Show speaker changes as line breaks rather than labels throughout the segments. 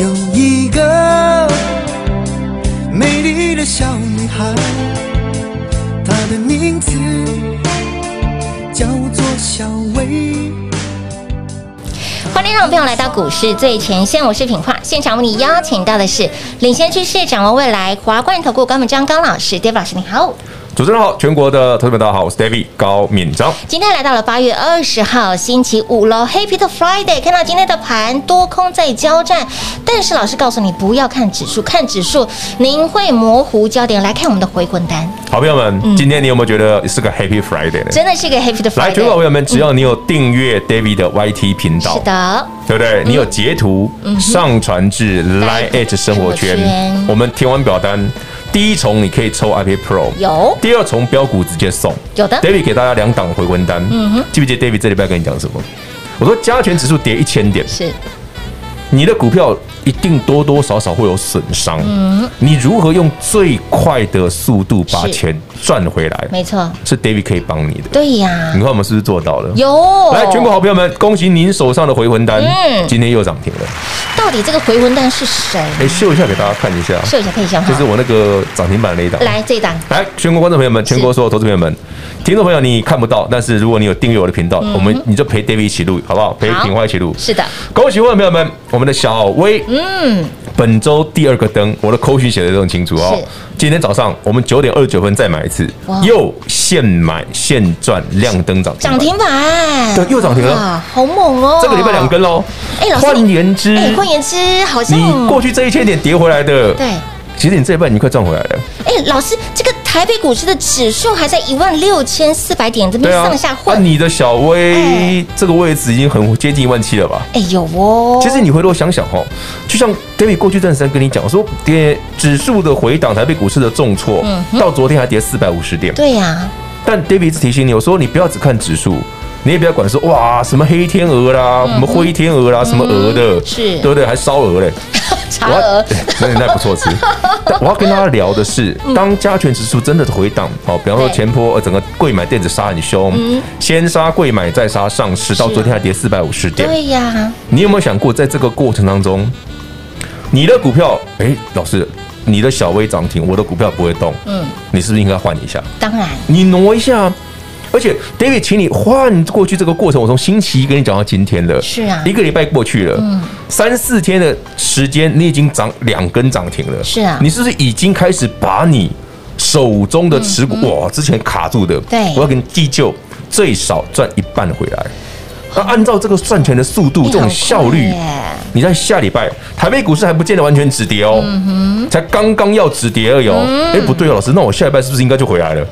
有一个美丽的小女孩，她的名字叫做小薇。
欢迎听众朋友来到股市最前线，我是品化，现场为你邀请到的是领先趋势、掌握未来华冠投顾高敏章高老师，David 老师，你好。
主持人好，全国的投资者们大家好，我是 David 高敏章。
今天来到了八月二十号星期五喽，Happy 的 Friday，看到今天的盘多空在交战，但是老师告诉你不要看指数，看指数您会模糊焦点。来看我们的回滚单，
好朋友们，今天你有没有觉得是个 Happy Friday 呢？
嗯真的是一个 Happy 的 Friday。嗯
来，全国朋友们，只要你有订阅 David 的 YT 频道
是，的，嗯
对不对？你有截图上传至 Line
Line
Edge 生活圈
生活圈，
我们填完表单，第一重你可以抽 iPad Pro，
有
第二重标股直接送，
有的嗯
David 给大家两档回温单，记不记得 David 这礼拜跟你讲什么？我说加权指数跌一千点，
是
你的股票一定多多少少会有损伤，你如何用最快的速度把
是
钱赚回来，
没错，
是 David 可以帮你的。
对呀
你，看我们是不是做到了？
有
来，全国好朋友们，恭喜您手上的回魂丹，
嗯
今天又涨停了。
到底这个回魂单是谁？
哎，秀一下给大家看一下，
秀一下看一下哈
这是我那个涨停板的一档。
来这一档，
来，全国观众朋友们，全国
是
所有投资朋友们，听众朋友你看不到，但是如果你有订阅我的频道，我们你就陪 David 一起录，好不好？陪
嗯好
平花一起录。
是的，
恭喜观众朋友们，我们的小薇，
嗯，
本周第二个灯，我的口讯写的都很清楚哦
是。
今天早上我们九点二十九分再买一次
哇，
又现买现赚亮灯涨停
涨
板。
停板，
对又涨停了
哇，好猛哦！
这个礼拜两根喽。
哎老师
换言之，
哎，换言之，好像
你过去这一千点跌回来的，
对，
其实你这一半你快赚回来了。
哎，老师，这个台北股市的指数还在一万六千四百点这边
对啊
上下，
啊，
混，
你的小
哎
薇这个位置已经很接近一万七了吧？
哎有哦。
其实你回头想想哦，就像 David 过去这段时间跟你讲说，跌指数的回档，台北股市的重挫，
嗯
到昨天还跌四百五十点。
对呀，
但 David 一直提醒你，我说你不要只看指数，你也不要管说哇什么黑天鹅啦，什么灰天鹅啦，什么鹅的，
嗯是
对不对？还烧鹅嘞，
茶额
我要那那不错吃。但我要跟大家聊的是，当加权指数真的回档，好，比方说
嗯对嗯
前波呃整个贵买电子杀很凶，先杀贵买，再杀上市，到
是
昨天还跌四百五十点。
对呀，
你有没有想过，在这个过程当中，你的股票，哎，老师，你的小微涨停，我的股票不会动，
嗯，
你是不是应该换一下？
当然
你挪一下。而且，David，请你换过去这个过程，我从星期一跟你讲到今天了，
是啊嗯
一个礼拜过去了，三四天的时间，你已经涨两根涨停了，
是啊
你是不是已经开始把你手中的持股，哇，之前卡住的，
嗯对
我要跟你急救，最少赚一半回来。那按照这个赚钱的速度，这种效率
哎好快耶，
你在下礼拜台北股市还不见得完全止跌哦，
嗯
才刚刚要止跌而已哦。哎、不对哦，老师，那我下礼拜是不是应该就回来了？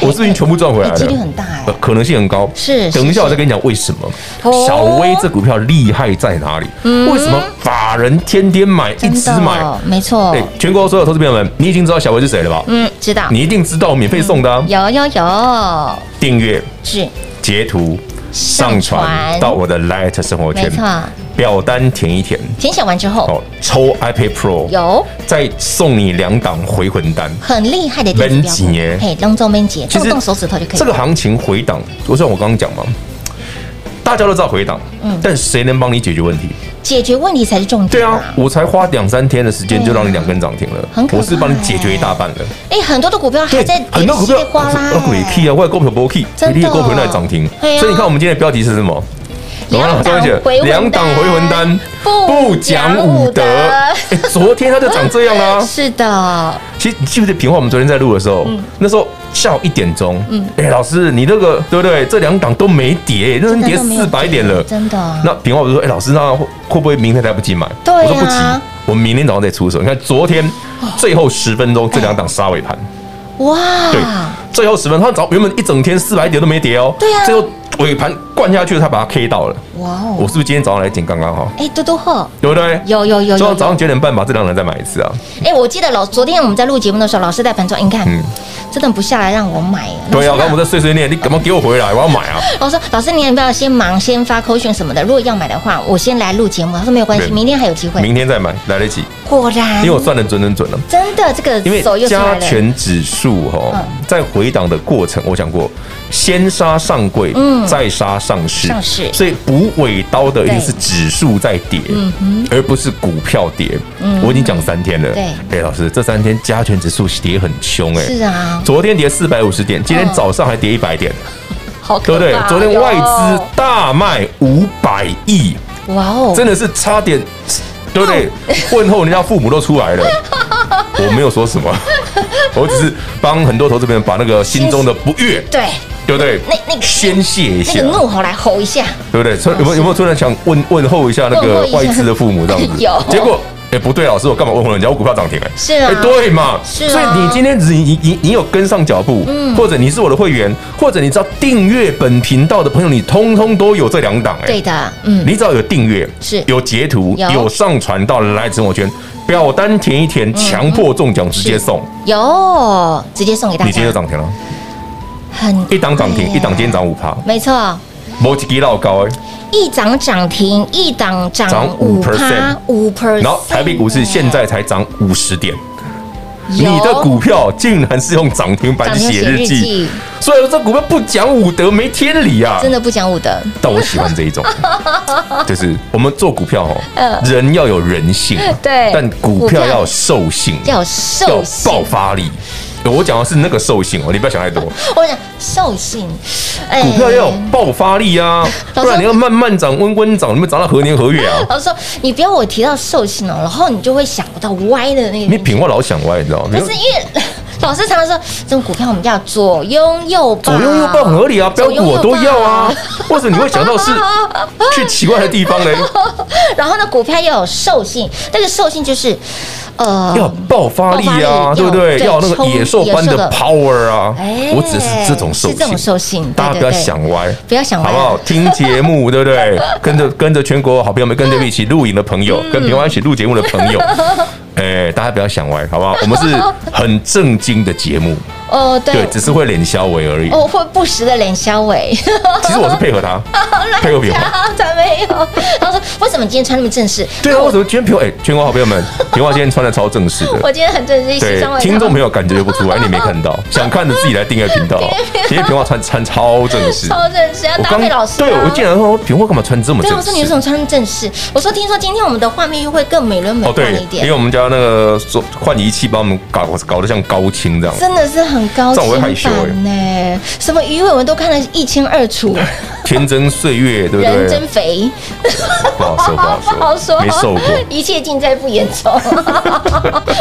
我是不是已经全部赚回来
哎
了？
几率很大哎
呃可能性很高。
是是
等一下我再跟你讲为什么
哦。嗯
小微这股票厉害在哪里？为什么法人天天买，一
真
直
的哦
买？
没错
哎、，全国所有投资朋友们，你已经知道小微是谁了吧？
嗯，知道，
你一定知道，免费送的啊、
有有有，
订阅、
是
截图、上传到我的 Light 生活
没
圈，
错，
表单填一填，
填写完之后
哦，抽 iPad Pro，
有
再送你两档回魂单。
很厉害的电子标
闷几耶
股，嘿，隆重闷姐，动动手指头就可以。
这个行情回档，就像我刚刚讲嘛，大家都知道回档，
嗯
但谁能帮你解决问题？
解决问题才是重
对
点嘛。
啊，我才花两三天的时间
对啊
就让你两根涨停了
很，可怕
我是帮你解决一大半了。
哎，很多的股票还在
很多股票哦
稀里哗啦，
啊鬼 key 啊，外股票不 key，
真的
你的股票那涨停。
对啊
所以你看我们今天的标题是什么？
两档回魂
两档回魂丹不讲武德。哎，昨天它就长这样啦、
是的，
其实你记不记得平话？我们昨天在录的时候，
嗯
那时候下午一点钟，哎、老师，你那个对不对？这两档都没跌，那你
真
跌
的都没
四
有
百点了。
真的。
那平话我就说，哎、老师，那会会不会明天来不及买？
对啊哦
我说不急，我们明天早上再出手。你看昨天最后十分钟这
哎
两档杀尾盘，
啊哇，
对，最后十分钟它早原本一整天四百点都没跌哦，
对啊
最后尾盘灌下去，它把它 K 到了。
哇
我
哦，
是不是今天早上来捡刚刚好？
哎，嘟嘟后。
对不对？
有有有有
昨天早
有
上九点半把这两档再买一次啊。
哎，我记得老昨天我们在录节目的时候，老师在盘中，哎你看
嗯，
真的不下来让我买了。
对啊，
老
刚
师
刚我们在碎碎念，你赶快给我回来，我要买啊。
我说老师，你要不要先忙，先发扣选什么的？如果要买的话，我先来录节目。他说没有关系，
对
明天还有机会。
明天再买，来得及，
果然，
因为我算的准准准了。
真的这
因为
个手又出
加
来了。
权指数哈
嗯，
在回档的过程，我讲过，先杀上柜，
嗯
再杀上市，
上市
所以补尾刀的一定是指数在跌，
嗯
而不是股票跌。我已经讲三天了，
对
哎，老师，这三天加权指数跌很凶，哎，
是啊，
昨天跌四百五十点，今天
嗯
早上还跌一百点，
好可
对不对
怕哦？
昨天外资大卖五百亿，
哇哦，
真的是差点，对不对？问候人家父母都 出来了，我没有说什么，我只是帮很多投资朋友把那个心中的不悦，
对，
对不对？
那那个
宣泄一
那
下
个，怒吼来吼一下，
对不对？突有没有有没有突然想问问候一下那
问
个
候一下
外资的父母这样 子？
有
结果。哎、不对，老师，我干嘛问候人家？我股票涨停哎、
是啊
哎对嘛，
是啊嗯
所以你今天只你你你有跟上脚步，或者你是我的会员，或者你知道订阅本频道的朋友，你通通都有这两档哎、
对的，嗯，
你只要有订阅，
是
有截图，
有
有上传到来生活圈，表单填一填，强迫中奖直接送，
有直接送给大哎
你哎今天就
家，
涨停了，
很
一档涨停，
耶
一档今天涨五趴，
没错，
某几老高哎，
一档涨停，一档
涨
涨五趴
5%，
五 percent，
然后台北股市现在才涨五十点，你
有
的股啊票竟然是用涨停板
涨停
写
写
日
日
记
记，，
所以说这股票不讲武德没天理啊！
真的不讲武德，
但我喜欢这 一种，就是我们做股票哦，
嗯
人要有人性，
对
但股
股
票
票
要有兽性，
要有
要
兽
有爆
性，
发力。哦我讲的是那个兽性哦，你不要想太多。
我讲兽性，哎
股票要有爆发力啊，
老师哎
不然你要慢慢涨、温温涨，你们涨到何年何月啊？
老师说，你不要我提到兽性哦，然后你就会想不到歪的那个。
你品话老想歪，你知道吗
不？是因为老师常常说，这种股票我们叫左拥右抱，
左拥右抱很合理啊，
左
标股
拥右
我
抱
都要啊。为什么你会想 到是去奇怪的地方嘞？
哦然后呢，股票要有兽性，那个兽性就是，呃，
要有爆发力啊，
爆发力
对不对？
要
要有那个
冲
野兽般
野兽
的
的
power 啊
哎！
我只是这种兽
是这种
性。
兽性，
大家
对
不要，
对
想歪，
对不要想歪
好不好？听节目，对 不对？跟着跟着全国好朋友们，跟着一起录影的朋友，
嗯
跟平安一起录节目的朋友， 哎，大家不要想歪，好不好？我们是很正经的节目，
哦，
对
对，，
只是会脸消委而已。
哦，会不时的脸消尾，
其实我是配合他， 配合平安。
才没有。 他说，为什么你今天穿那么正式？
对啊，为什么今天平安？哎，全国好朋 友们，平安今天穿的超正式的。
我今天很正式，西
对
装，外套
听众朋友感觉不出来，你没看 到，想看的自己来订阅频道。今天平花穿穿超正式，
超正式，要啊搭配老师啊。
对我竟然说平花干嘛穿这么
对，啊
正
我说你为什
式？
么穿正式？我说听说今天我们的画面又会更美轮美
哦，
奂
对
一，
因为
点，
我们家那个做换仪器把我们搞搞得像高清 这样。
真的是很高
这样我会害
清
羞欸
版呢。什么鱼尾纹都看得一清二楚，
天真岁月，哎对不
人真
对？
肥，
不好说，不好说，
不 好说，
没受过。
一切尽在不言中。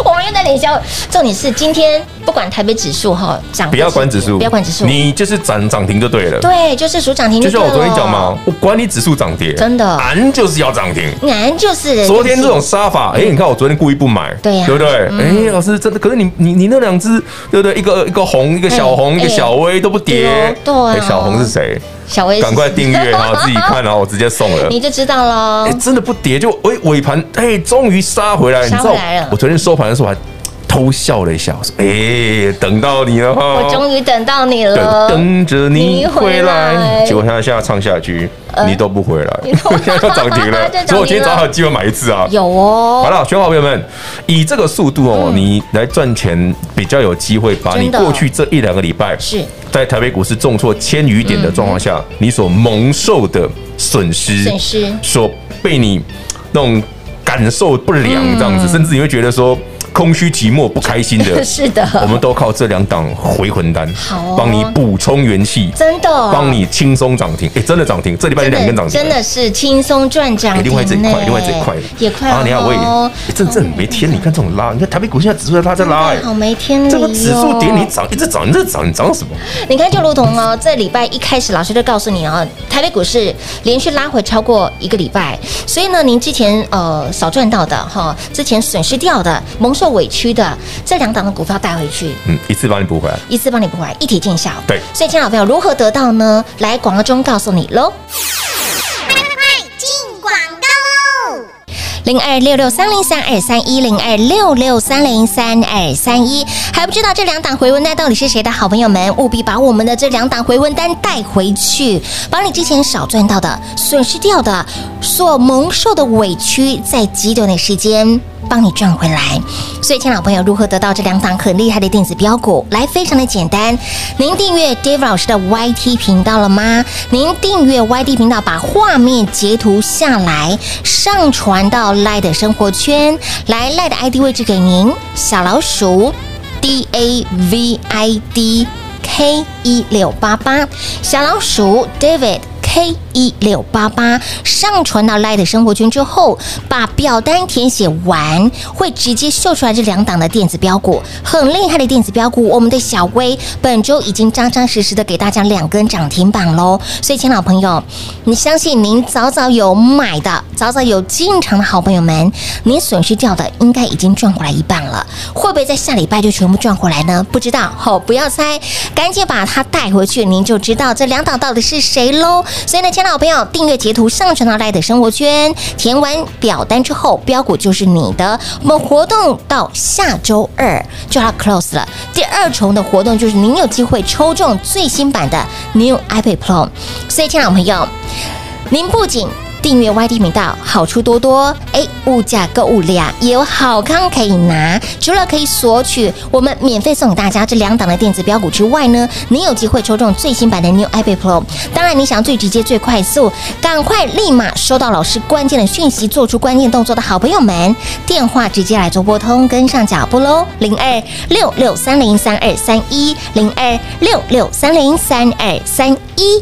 我们又在脸笑，重点是今天不管台北指数哈涨，
不要管指数，
不要管指数，
你就是涨涨停就对了。
对，就是数涨停
就
对
像我
了
昨天讲嘛，，我管你指数涨跌，
真的
俺就是要涨停。
难就是人
昨天这种杀法，哎、你看我昨天故意不买，
对呀嗯
对不对？哎、老师真的，可是你你你那两只，对不对？一个一个红，一个小红，
哎
一个小薇都不跌
哎，对哦
哎小红是谁？
小薇
赶快订阅，然后自己看，然后我直接送 了。
你就知道喽
哎，。真的不跌，就尾尾盘，哎，终于杀回来。你
杀
知
回
道
来了
我昨天收盘的时候还偷笑了一下，我说：“哎，等到你了哈，
我终于等到你
哦对
了，
等着你
你
回
回
来。
来呃
结果他现在唱下去，你都不回来， 现在要 涨停了
就涨停。了
所以我今天早上有机会买一次啊。
有哦
好。了，全好朋友们，以这个速度哦，你来赚钱比较有机会，把你
真的
过去这一两个礼拜
是
在台北股市重挫千余点的状况下，你所蒙受的损
嗯
失，
损失
所被你那种感受不良这样子，甚至你会觉得说。空虚、寂寞、不开心的，
嗯 是的
我们都靠这两档回魂丹
好哦，
帮你补充元气，
真的哦
帮你轻松涨停。哎，真的涨停，这礼拜有
真
两根
的
涨停，
真的是轻松赚涨
哎
停呢，
另外这一块，另外这一块
也快
啊！
了
你看我也
哦，
哎这这很没天理，看这种拉，你看台北股现在指数在拉在拉，哎
好没天理、哦，
这个指数点你涨，一直涨，你这涨，你涨什么？
你看，就如同哦，这礼拜一开始，老师就告诉你哦，台北股市连续拉回超过一个礼拜，所以呢，您之前呃少赚到的哈、之前损失掉的、蒙受委屈的这两档的股票带回去，
嗯，一次把你补回来。
一次帮你补回来，一体见效。
对
所以，亲爱的朋友，如何得到呢？来广告中告诉你喽。零二六六三零三二三一零二六六三零三二三一，还不知道这两档回文单到底是谁的好朋友们，务必把我们的这两档回文单带回去，把你之前少赚到的、损失掉的、所蒙受的委屈，在极短的时间帮你赚回来。所以，亲爱的朋友，如何得到这两档很厉害的电子标股？来，非常的简单，您订阅 Dave 老师的 YT 频道了吗？您订阅 YT 频道，把画面截图下来，上传到 l i e 的生活圈，来 l i e 的 ID 位置给您，小老鼠 D A V I D K 一六八八，小老鼠 David。K 一六八八上传到 Light 的生活圈之后，把表单填写完，会直接秀出来这两档的电子标股，很厉害的电子标股。我们的小薇本周已经扎扎实实的给大家两根涨停板喽。所以，亲爱的朋友，你相信您早早有买的、早早有进场的好朋友们，您损失掉的应该已经赚回来一半了，会不会在下礼拜就全部赚回来呢？不知道，好、不要猜，赶紧把它带回去，您就知道这两档到底是谁喽。所以呢，亲爱的朋友，订阅截图上传到赖的生活圈，填完表单之后，标股就是你的。我们活动到下周二就要 close 了，第二重的活动就是您有机会抽中最新版的 New iPad Pro。所以，亲爱的朋友。您不仅订阅 YT 频道，好处多多，哎，物价购物量也有好康可以拿。除了可以索取我们免费送给大家这两档的电子标股之外呢，你有机会抽中最新版的 New iPad Pro。当然，你想要最直接、最快速，赶快立马收到老师关键的讯息，做出关键动作的好朋友们，电话直接来做拨通，跟上脚步喽，零二六六三零三二三一，零二六六三零三二三一。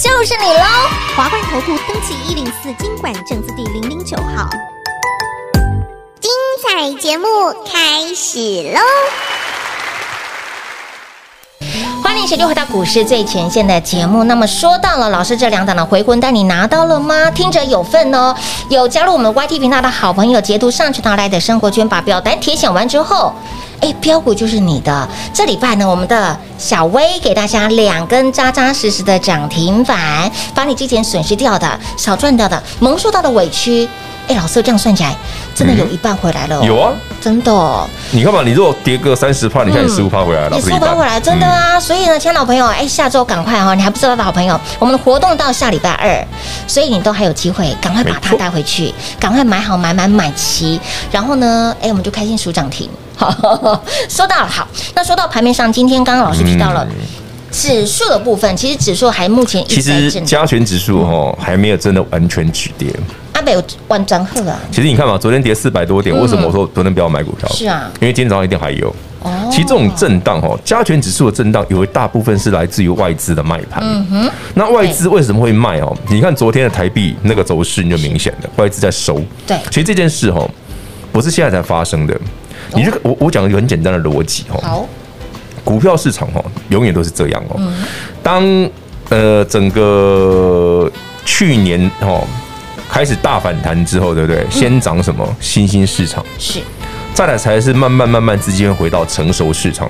就是你喽！
华冠投顾登记一零四经管证字第零零九号。精彩节目开始喽！
欢迎谁就回到股市最前线的节目。那么说到了老师这两档的回魂丹，你拿到了吗？听者有份哦！有加入我们 YT 频道的好朋友，截图上传到来的生活圈，把表单填写完之后。哎，标股就是你的。这礼拜呢，我们的小薇给大家两根扎扎实实的涨停板，把你之前损失掉的、少赚掉的、蒙受到的委屈，哎，老师这样算起来，真的有一半回来了、哦
嗯有啊，
真的、哦。
你看嘛，你如果跌个三十趴，你看你十五趴回来，老
你
师
收
一
盘
半
回来，真的
嗯
啊！所以呢，亲爱的朋友，哎，下周赶快哈、哦，你还不知道的好朋友，我们的活动到下礼拜二，所以你都还有机会，赶快把
没
它
错
带回去，赶快买好买买买齐，然后呢，哎，我们就开心
嗯
数涨停。好，说到了，好，那说到盘面上，今天刚刚老师提到了。指数的部分，其实指数还目前一
其
直在
实
震荡。
加权指数哦还没有真的完全止跌。
阿北有万张赫啊，
其实你看嘛，昨天跌四百多点，为什么我说昨天不要买股票？
嗯是啊哦
因为今天早上一定还有。其实这种震荡哦，加权指数的震荡有一大部分是来自于外资的卖盘。
嗯
那外资为什么会卖哦？你看昨天的台币那个走势你就明显的，外资在收。
对
其实这件事哦，不是现在才发生的。你
哦
这个我我讲一个很简单的逻辑哦，
好，
股票市场哦，永远都是这样哦。当呃整个去年哦开始大反弹之后，对不对？先涨什么新兴市场，
是
再来才是慢慢慢慢资金会回到成熟市场。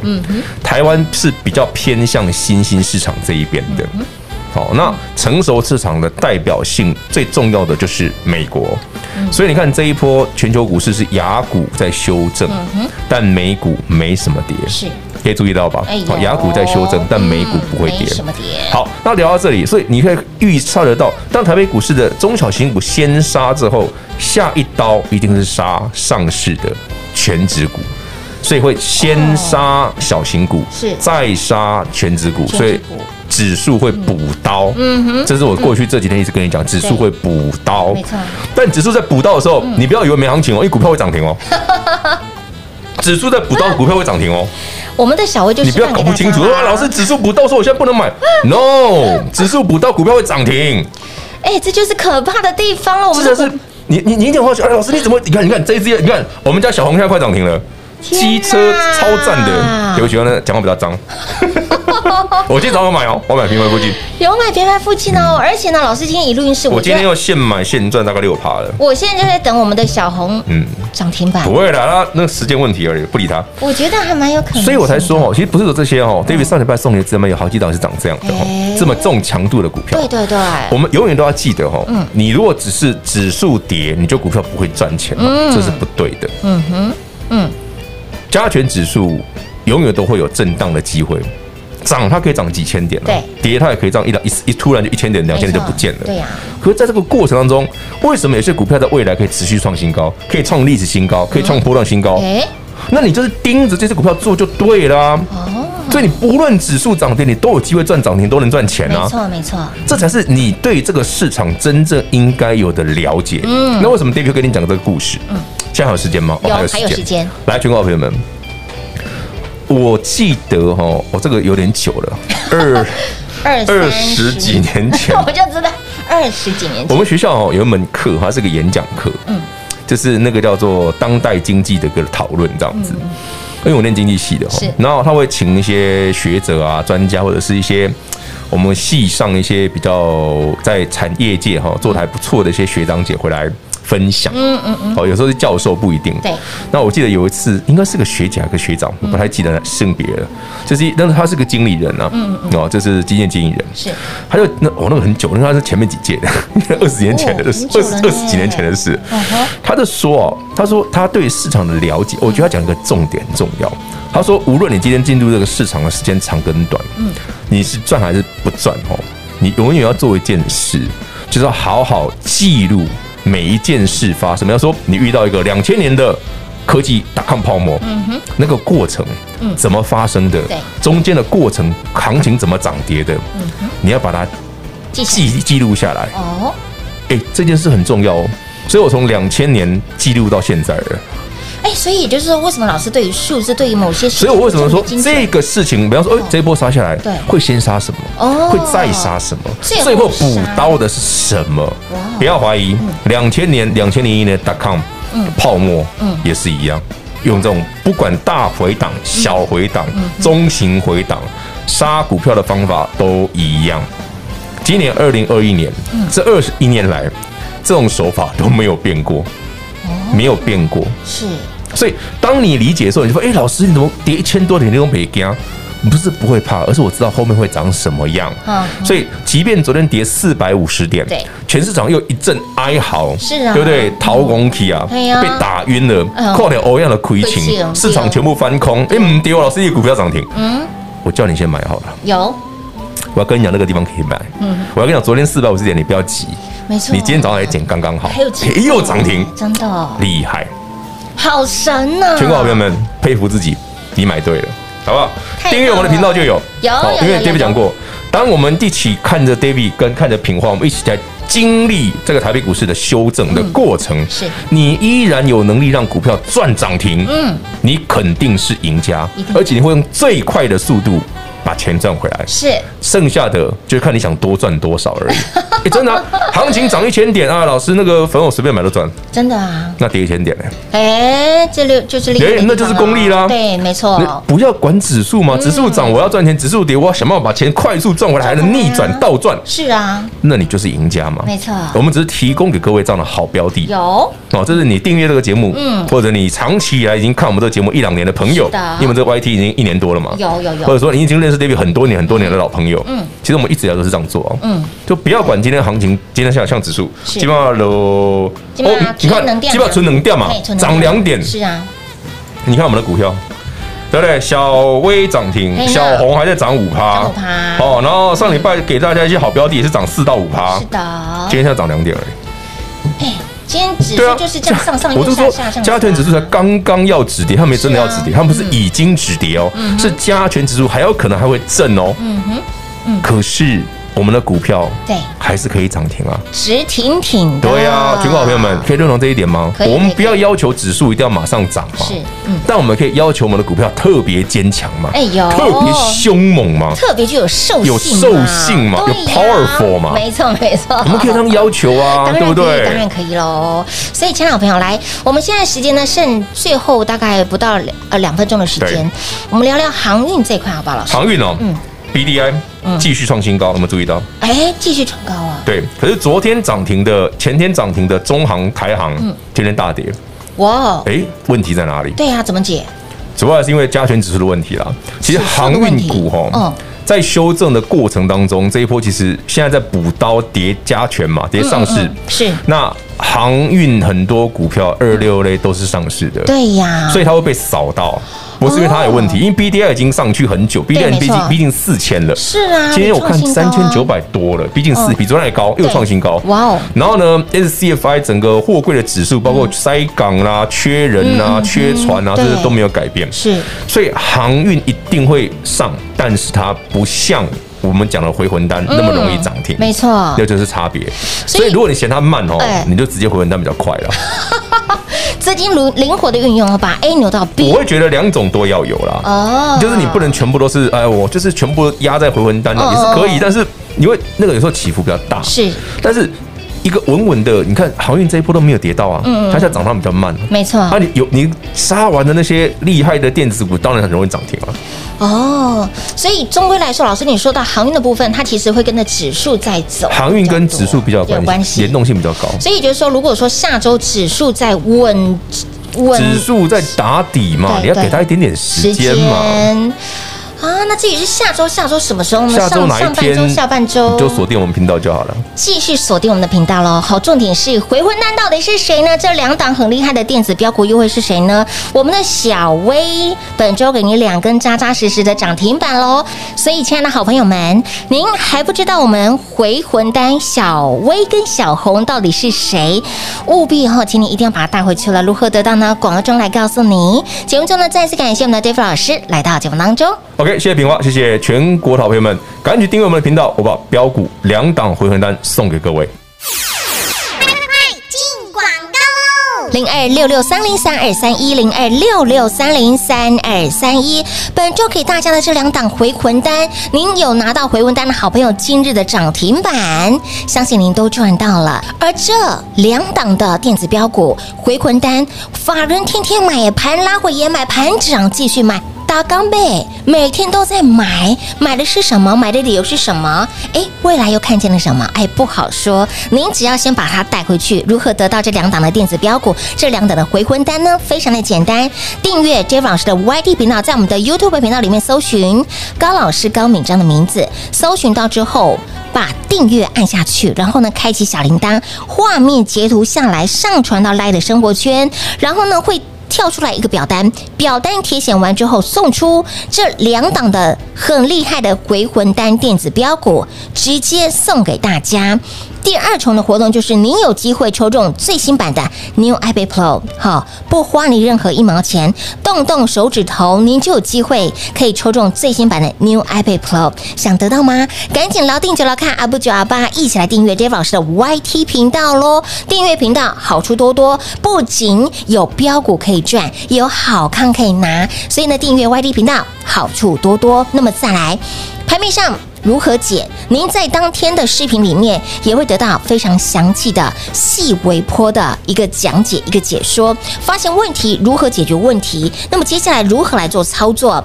台湾是比较偏向新兴市场这一边的。好，那成熟市场的代表性最重要的就是美国，所以你看这一波全球股市是雅股在修正，但美股没什么跌，
是，
可以注意到吧？
哎
好，
呦
哦雅股在修正，但美股不会
嗯没
跌。
什么跌。
好，那聊到这里，所以你可以预测得到，当台北股市的中小型股先杀之后，下一刀一定是杀上市的全指股，所以会先杀小型股，
哦是
再杀全指
全
股，
指股
所以指数会补刀。嗯哼，这是我过去这几天一直跟你讲，指数会补刀，
嗯没错嗯
但指数在补刀的时候，你不要以为没行情哦，因为股票会涨 停哦。指数在补刀，股票会涨停哦。
我们的小薇就
你
示
不要
范
搞
给
不
大
清
家
楚，
啊
啊、老师，指数不到，说我现在不能买。No，指数不到，股票会涨停。
哎，这就是可怕的地方哦了。我们
这
的
才是
股
你你你一点话说，哎，老师你怎么？你看你看这一只，你看我们家小红现在快涨停了，
天
机车
哪
超赞的。对不起，我那讲话比 较脏。我今天早上买哦，我买平台附近，
有买别卖附近哦，而且呢，老师今天一录音室，
嗯我
我
今
觉
天
得
要现买现赚大概六趴了。
我现在就在等我们的小红
嗯，
涨停板
不，会啦，那那时间问题而已，不理他。
我觉得还蛮有可能。
所以我才说，哦，其实不是说这些哦，David 上礼拜送你的资料有好几档是长这样的哦
哎，
这么重强度的股票
对。对对，
我们永远都要记得哦，你如果只是指数跌，你就股票不会赚钱哦，这是不对的。嗯哼，嗯，加权指数永远都会有震荡的机会，涨它可以涨几千点、啊，
对，
跌它也可以涨一两一一突然就一千点、两千点就不见了。
对呀啊
可是在这个过程当中，为什么有些股票在未来可以持续创新高，可以创历史新高，
嗯
可以创波段新高？
哎，
那你就是盯着这只股票做就对啦、
哦
所以你不论指数涨跌，你都有机会赚涨停，都能赚钱啊。
没错没错，
这才是你对这个市场真正应该有的了解。嗯，那为什么 David 跟你讲这个故事？嗯，现在还有时间吗？
有还有时间。
来，全国好朋友们，我记得哈、哦，我这个有点久 了，二
二
二
三
十几，年前，
我就知道二十几年
我
前
们学校哦有一门课，它是个演讲课，嗯，就是那个叫做当代经济的一个讨论这样子。因为我念经济系的哦
是，
然后他会请一些学者啊、专家或者是一些我们系上一些比较在产业界哈做的还不错的一些学长姐回来分享。嗯嗯嗯。哦，有时候是教授不一定。
对。
那我记得有一次，应该是个学姐还是个学长，我不太记得性别了，就是但是他是个经理人啊，哦，就是基建经理人。
是
他就那哦我、那个很久，那个是前面几届的， 二十年前的
哦
事，
很久了
二十
呢
二十几年前的事。
嗯
他就说哦，他说他对市场的了解，我觉得他讲一个重点很重要。他说，无论你今天进入这个市场的时间长跟短，嗯，你是赚还是不赚哦，你永远要做一件事，就是要好好记录每一件事发生。比方说，你遇到一个两千年的科技打抗泡沫，嗯哼，那个过程，怎么发生的？
嗯对嗯
中间的过程，行情怎么涨跌的？你要把它
继续
记记录下来。
哦，
哎、这件事很重要哦。所以我从两千年记录到现在了。
哎，所以也就是说，为什么老师对于数字，对于某些事，
所以我为什么说
精准
这个事情，比方说，哎、这一波杀下来
对，
会先杀什么？
哦
会再杀什么？
最后
最后补刀的是什么？
哦
不要怀疑，
嗯
两千年、两千零一年 dot com 泡沫，
嗯
也是一样，用这种不管大回档、小回档、
嗯
中型回档杀股票的方法都一样。今年二零二一年，
嗯
这二十一年来，这种手法都没有变过，
哦
没有变过。
是
所以当你理解的时候，你就说：“哎、老师，你怎么跌一千多点你都没惊？”不是不会怕，而是我知道后面会长什么样。
嗯
所以，即便昨天跌四百五十点，
对，
全市场又一阵哀嚎，
是啊
对不对？逃公起啊，
对啊
被打晕了，
嗯
扣点欧样的亏
亏钱
情，市场全部翻空。哎，唔丢，老师，你的股票涨停，嗯，我叫你先买好了。
有
我要跟你讲，那个地方可以买。嗯，我要跟你讲，昨天四百五十点，你不要急，
没错，
你今天早上也捡刚刚好，
还有机会
哎又涨停，
真的哦
厉害！
好神呐！啊
全国好朋友们，佩服自己，你买对了。好不好？
嗯太棒了
订阅我们的频道就有，
有
好
有
因为
有有
David 讲过，当我们一起看着 David 跟看着平花，我们一起在经历这个台北股市的修正的过程，
嗯是
你依然有能力让股票赚涨停，嗯，你肯定是赢家
一定，
而且你会用最快的速度把钱赚回来，
是
剩下的就看你想多赚多少 而已。哎，真的啊、行情涨一千点啊，老师那个粉我随便买都赚，
真的啊，
那跌一千点呢、
哎，这六就是厉害的地
哎
方啊，
那就是功力啦
对，没
那
错，
不要管指数
嗯
嘛，指数涨我要赚钱，指数跌我要想办法把钱快速赚回来，还能逆转倒赚，
是啊，
那你就是赢家嘛。
没错
我们只是提供给各位这样的好标的。
有
哦，这是你订阅这个节目，嗯，或者你长期以来已经看我们这个节目一两年的朋友
是的，
因为我们这个 YT 已经一年多了嘛，
有有有
或者说你已经认识 David 很多年很多年的老朋友，嗯，其实我们一直以来都是这样做哦，嗯，就不要管今天行情，今天像像指数，
是
基本上都，
基本上
你
存能
看，
量
基本上存能掉嘛
嘿，存能
涨
量
两点，
是啊，
你看我们的股票。对不对？小微涨停
嘿，
小红还在涨五趴，
哎涨5%
哦。然后上礼拜给大家一些好标的，也是涨四到五趴，
是的
啊今，天现在涨两点而已。
哎，今天指
对啊
数，就是这样上上
我
又
就
下
说
下，上，
加权指数才刚刚要止跌，它没真的要止
是啊
跌，
嗯
它不是已经止跌哦，是加权指数还有可能还会震哦。嗯哼，可是我们的股票
对
还是可以涨停啊。
直挺挺的，
对啊，全国好朋友们，可以认同这一点吗？
可以
我们
可以
不要要求指数一定要马上涨嘛，
是，嗯，
但我们可以要求我们的股票特别坚强嘛，
哎呦
特别凶猛嘛，
特别具有兽性嘛，啊
有兽性嘛有
对呀
powerful 嘛
没错没错，
我们可以这样要求啊，
当然
对
可以，
不
当
对
然？可以喽。所以，亲爱的朋友，来，我们现在时间呢剩最后大概不到两呃两分钟的时间
对，
我们聊聊航运这一块好不好，老师？
航运哦
嗯
，BDI 继续创新高，有没有注意到？
哎，继续创高啊！
对，可是昨天涨停的、前天涨停的中航、台航，天天大跌，
哇哦，
哎，问题在哪里？
嗯对呀、怎么解？
主要还是因为加权指数的问题啦。其实
指数
航
的问题
运股哈、
嗯
在修正的过程当中，这一波其实现在在补刀叠加权嘛，叠上
嗯
市。
是，
那航运很多股票二六类都是上市的，
对呀、
所以它会被扫到。不是因为它有问题，因为 B D I 已经上去很久，B D I
哦没
毕
错
竟毕竟四千了，
是啊，
今天我看
你
三
创新
千
高
九
啊
百多了，毕竟
嗯
是比昨天还高，又创新高。
哇哦，
然后呢，SCFI 整个货柜的指数，包括塞港啦、
嗯
缺人啦、缺船啊，
对
这些都没有改变。
是
所以航运一定会上，但是它不像我们讲的回魂单那么容易涨停。
嗯没错
这，就是差别。
所以
所以如果你嫌它慢哦
哎，
你就直接回魂单比较快 了。
资金灵灵活的运用，把 A 扭到 B
我会觉得两种都要有啦。
哦，
就是你不能全部都是，哎，我就是全部压在回魂单
哦
上也是可
哦哦
以，但是你会那个有时候起伏比较大。
是
但是一个稳稳的，你看航运这一波都没有跌到啊，它现在涨上比较慢。
没错、
啊，你有你杀完的那些厉害的电子股，当然很容易涨停啊。
哦。所以终归来说，老师你说到航运的部分，它其实会跟着指数在走，
航运跟指数比较有
有
关
关
系，
系，
联动性比较高。
所以就是说，如果说下周指数在稳稳
指数在打底嘛，
对
你要给它一点点时间嘛。
啊，那至于是下周，下周什么时候呢？
下周
上
哪一
上半
天
周、下半周
你就锁定我们频道就好了。
继续锁定我们的频道喽。好，重点是回魂丹到底是谁呢？这两档很厉害的电子标股又会是谁呢？我们的小薇本周给你两根扎扎实实的涨停板喽。所以，亲爱的好朋友们，您还不知道我们回魂丹小薇跟小红到底是谁，务必哈、请你一定要把它带回去了。如何得到呢？广告中来告诉你。节目中呢，再次感谢我们的 David 老师来到节目当中。
OK，谢谢平花，谢谢全国的好朋友们，赶紧去订阅我们的频道，我把标股两档回魂单送给各位。
零二六六三零三二三一零二六六三零三二三一。本周给大家的这两档回魂单，您有拿到回魂单的好朋友，今日的涨停板，相信您都赚到了。而这两档的电子标股回魂单，法人天天买也盘拉回也买，盘涨继续买。打钢呗，每天都在买，买的是什么？买的理由是什么？哎，未来又看见了什么？哎，不好说。您只要先把它带回去，如何得到这两档的电子标股，这两档的回魂单呢？非常的简单，订阅 Jeff 老师的 YT 频道，在我们的 YouTube 频道里面搜寻高老师高敏章的名字，搜寻到之后。把订阅按下去，然后呢，开启小铃铛，画面截图下来，上传到 Line 的生活圈，然后呢，会跳出来一个表单，表单填写完之后送出这两档的很厉害的回魂丹电子标股，直接送给大家。第二重的活动就是你有机会抽中最新版的 New iPad Pro，好，不花你任何一毛钱，动动手指头，您就有机会可以抽中最新版的 New iPad Pro。想得到吗？赶紧捞定九捞看啊阿布九阿八，一起来订阅 Dave 老师的 YT 频道喽！订阅频道好处多多，不仅有标股可以赚，也有好康可以拿，所以呢，订阅 YT 频道好处多多。那么再来。盘面上如何解？您在当天的视频里面也会得到非常详细的、细微波的一个讲解、一个解说。发现问题如何解决问题？那么接下来如何来做操作？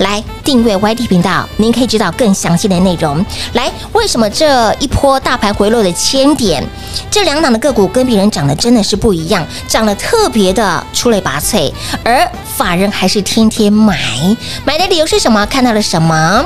来订阅 YT 频道，您可以知道更详细的内容。来，为什么这一波大盘回落的千点，这两档的个股跟别人涨得真的是不一样，涨得特别的出类拔萃，而法人还是天天买，买的理由是什么？看到了什么？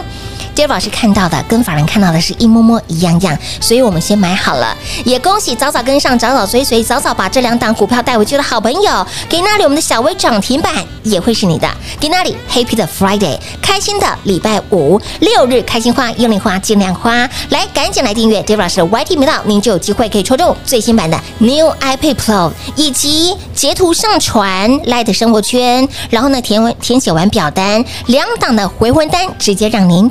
d a v 老师看到的跟法人看到的是一模模一样样，所以我们先买好了。也恭喜早早跟上、早早追随、早早把这两档股票带回去的好朋友。给那里我们的小微涨停板也会是你的，给那里 Happy 的 Friday，开心的礼拜五、六日开心花、用力花、尽量花。来，赶紧来订阅 d a v 老师的 YT 频道，您就有机会可以抽中最新版的 New iPad Pro，以及截图上传 Light 的生活圈，然后呢填完填写完表单，两档的回魂单直接让您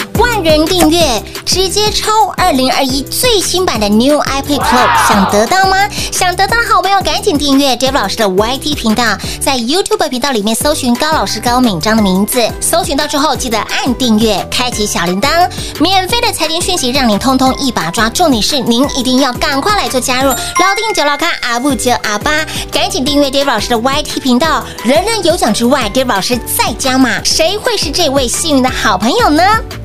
万人订阅，直接抽二零二一最新版的 New iPad Pro，想得到吗？想得到的好朋友赶紧订阅 Dave 老师的 YT 频道，在 YouTube 频道里面搜寻高老师高敏章的名字，搜寻到之后记得按订阅，开启小铃铛，免费的财经讯息让你通通一把抓。重点是您一定要赶快来做加入，老定九老咖阿布九阿八，赶紧订阅 Dave 老师的 YT 频道，人人有奖之外，Dave 老师再加码，谁会是这位幸运的好朋友呢？